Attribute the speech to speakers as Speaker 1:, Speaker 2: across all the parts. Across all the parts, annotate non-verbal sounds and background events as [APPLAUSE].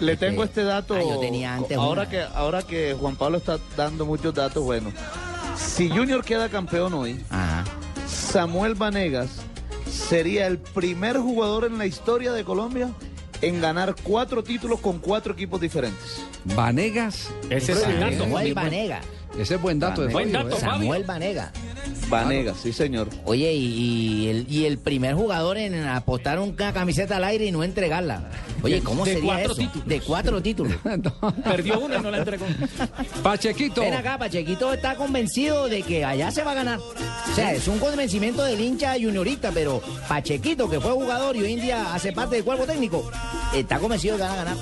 Speaker 1: Le tengo este dato.
Speaker 2: Ah, yo tenía antes
Speaker 1: ahora
Speaker 2: una.
Speaker 1: que ahora que Juan Pablo está dando muchos datos buenos. Si Junior queda campeón hoy,
Speaker 2: Ajá.
Speaker 1: Samuel Vanegas sería el primer jugador en la historia de Colombia en ganar cuatro títulos con cuatro equipos diferentes.
Speaker 3: Vanegas.
Speaker 4: Ese es el dato.
Speaker 2: Samuel
Speaker 4: Muy buen-
Speaker 2: Vanega.
Speaker 3: Ese es buen dato. de
Speaker 4: Buen
Speaker 3: Fabio,
Speaker 4: dato,
Speaker 3: ¿eh?
Speaker 4: Fabio.
Speaker 2: Samuel Vanega.
Speaker 1: Vanegas, sí señor.
Speaker 2: Oye, y, y el, y el primer jugador en apostar una camiseta al aire y no entregarla. Oye, ¿cómo
Speaker 4: De
Speaker 2: sería
Speaker 4: cuatro
Speaker 2: eso?
Speaker 4: títulos.
Speaker 2: De cuatro
Speaker 4: [LAUGHS]
Speaker 2: títulos. Ah.
Speaker 4: Perdió una y no
Speaker 2: [LAUGHS]
Speaker 4: la entregó.
Speaker 3: Pachequito.
Speaker 2: Ven acá, Pachequito está convencido de que allá se va a ganar. O sea, es un convencimiento del hincha juniorista, pero Pachequito, que fue jugador y hoy en día hace parte del cuerpo técnico, está convencido de que van a ganar.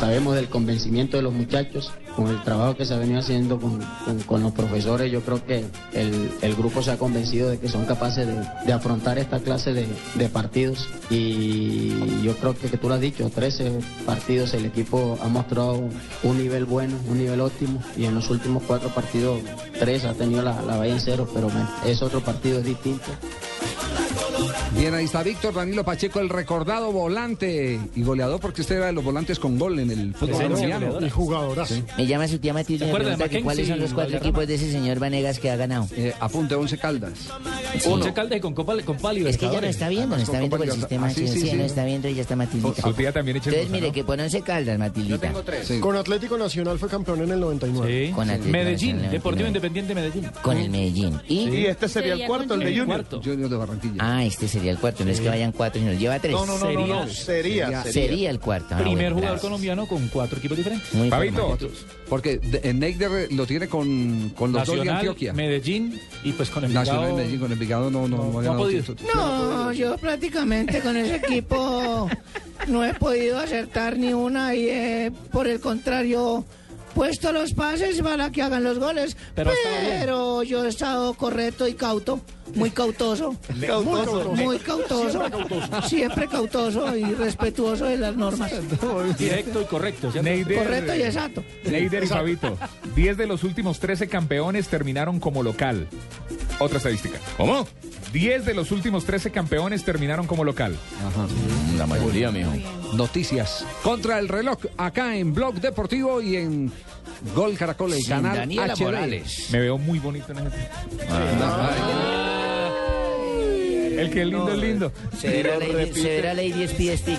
Speaker 5: Sabemos del convencimiento de los muchachos, con el trabajo que se ha venido haciendo con, con- con los profesores, yo creo que el, el grupo se ha convencido de que son capaces de, de afrontar esta clase de, de partidos y yo creo que, que tú lo has dicho, 13 partidos, el equipo ha mostrado un nivel bueno, un nivel óptimo y en los últimos cuatro partidos, tres ha tenido la, la valla en cero, pero bueno, es otro partido, es distinto.
Speaker 3: Bien, ahí está Víctor Danilo Pacheco, el recordado volante y goleador, porque usted era de los volantes con gol en el fútbol
Speaker 4: Presencia
Speaker 3: colombiano.
Speaker 4: goleadora.
Speaker 2: Me llama su tía Matilde y me
Speaker 4: acuerdas de
Speaker 2: pregunta que cuáles
Speaker 4: Mackenzie
Speaker 2: son los cuatro
Speaker 4: Valderrama?
Speaker 2: equipos de ese señor Vanegas que ha ganado.
Speaker 3: Eh, apunte, Once Caldas.
Speaker 4: Uno. Che Caldas y con Copa, con Pali
Speaker 2: Es que ya no está viendo, no
Speaker 3: Además,
Speaker 2: está viendo
Speaker 3: con
Speaker 2: por el
Speaker 3: Copa
Speaker 2: sistema.
Speaker 3: Libertad-
Speaker 2: Sí,
Speaker 3: Ah, sí, sí,
Speaker 2: sí, no
Speaker 3: sí.
Speaker 2: está viendo, ella está Matildita.
Speaker 6: Su tía también echa el
Speaker 2: Entonces, mire,
Speaker 6: gusano.
Speaker 2: que ponerse caldas, Matildita.
Speaker 3: Sí.
Speaker 7: Con Atlético Nacional fue campeón en el 99.
Speaker 4: Sí.
Speaker 2: Con Atlético
Speaker 4: Medellín,
Speaker 2: Nacional,
Speaker 4: Deportivo
Speaker 2: Medellín.
Speaker 4: Independiente de Medellín.
Speaker 2: Con el Medellín. Y,
Speaker 1: Y este sería el
Speaker 8: Sería
Speaker 1: cuarto,
Speaker 8: con
Speaker 1: el de
Speaker 4: El
Speaker 1: Junior.
Speaker 4: cuarto.
Speaker 3: Junior de Barranquilla.
Speaker 2: ah, este sería el cuarto. No es que vayan cuatro, sino lleva tres.
Speaker 1: No, no, no, no, no, Sería,
Speaker 2: Sería el cuarto. Ah,
Speaker 4: Primer
Speaker 2: bueno,
Speaker 4: jugador
Speaker 2: gracias.
Speaker 4: colombiano con cuatro equipos diferentes.
Speaker 2: Muy
Speaker 6: Pabito,
Speaker 2: formal.
Speaker 3: Porque de- en Neider lo tiene con, con los dos de Antioquia.
Speaker 4: Nacional, Medellín y pues con el
Speaker 3: Nacional de Medellín con Envigado no, no,
Speaker 4: No, no ha
Speaker 3: ganado
Speaker 4: podido.
Speaker 3: título.
Speaker 2: No, yo prácticamente con ese equipo no he podido acertar ni una y eh, por el contrario puesto los pases para que hagan los goles. Pero,
Speaker 4: Pero ha estado bien.
Speaker 2: yo he estado correcto y cauto, muy cautoso.
Speaker 1: Cautoso.
Speaker 2: Muy cautoso. Siempre cautoso y respetuoso de las normas.
Speaker 4: Directo y correcto. ¿cierto?
Speaker 6: Neider,
Speaker 2: Correcto y exacto.
Speaker 6: Neider y Fabito. 10 de los últimos 13 campeones terminaron como local. Otra estadística. ¿Cómo? 10 de los últimos 13 campeones terminaron como local.
Speaker 3: Ajá.
Speaker 2: La mayoría, mijo.
Speaker 3: Noticias contra el reloj acá en Blog Deportivo y en Gol Caracol, el canal HD.
Speaker 6: Me veo muy bonito en ese. El que es lindo es lindo.
Speaker 2: Será Lady, será Lady Speed Stick.